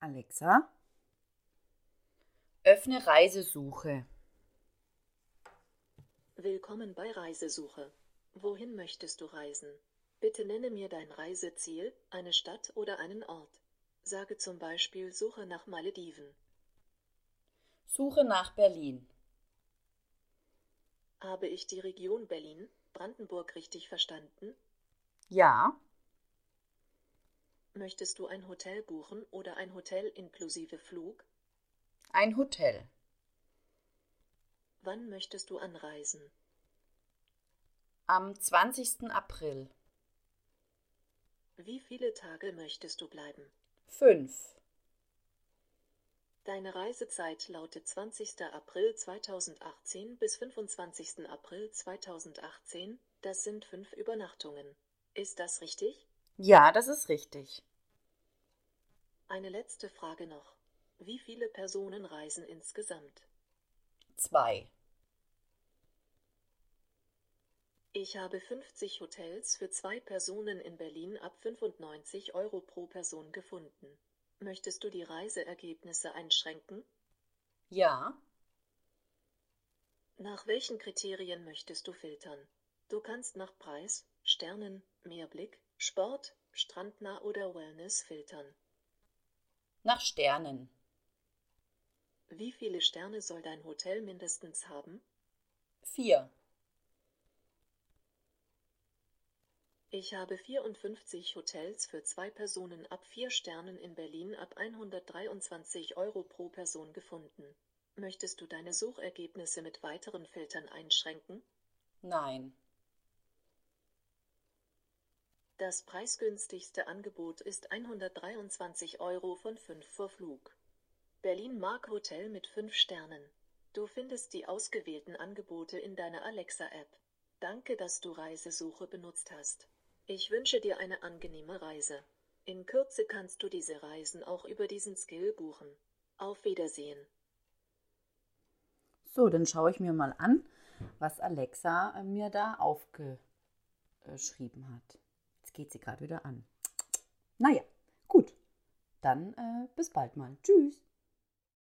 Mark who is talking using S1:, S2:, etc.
S1: Alexa,
S2: Öffne Reisesuche.
S3: Willkommen bei Reisesuche. Wohin möchtest du reisen? Bitte nenne mir dein Reiseziel, eine Stadt oder einen Ort. Sage zum Beispiel Suche nach Malediven.
S2: Suche nach Berlin.
S3: Habe ich die Region Berlin, Brandenburg richtig verstanden?
S2: Ja.
S3: Möchtest du ein Hotel buchen oder ein Hotel inklusive Flug?
S2: Ein Hotel.
S3: Wann möchtest du anreisen?
S2: Am 20. April.
S3: Wie viele Tage möchtest du bleiben?
S2: 5.
S3: Deine Reisezeit lautet 20. April 2018 bis 25. April 2018, das sind fünf Übernachtungen. Ist das richtig?
S2: Ja, das ist richtig.
S3: Eine letzte Frage noch. Wie viele Personen reisen insgesamt?
S2: 2.
S3: Ich habe 50 Hotels für zwei Personen in Berlin ab 95 Euro pro Person gefunden. Möchtest du die Reiseergebnisse einschränken?
S2: Ja.
S3: Nach welchen Kriterien möchtest du filtern? Du kannst nach Preis, Sternen, Meerblick, Sport, Strandnah oder Wellness filtern.
S2: Nach Sternen.
S3: Wie viele Sterne soll dein Hotel mindestens haben?
S2: 4.
S3: Ich habe 54 Hotels für zwei Personen ab vier Sternen in Berlin ab 123 Euro pro Person gefunden. Möchtest du deine Suchergebnisse mit weiteren Filtern einschränken?
S2: Nein.
S3: Das preisgünstigste Angebot ist 123 Euro von 5 vor Flug. Berlin Mark Hotel mit 5 Sternen. Du findest die ausgewählten Angebote in deiner Alexa-App. Danke, dass du Reisesuche benutzt hast. Ich wünsche dir eine angenehme Reise. In Kürze kannst du diese Reisen auch über diesen Skill buchen. Auf Wiedersehen.
S1: so, dann schaue ich mir mal an, was Alexa äh, mir da aufgeschrieben hat. Jetzt geht sie gerade wieder an. Naja, gut. Dann äh, bis bald mal. Tschüss.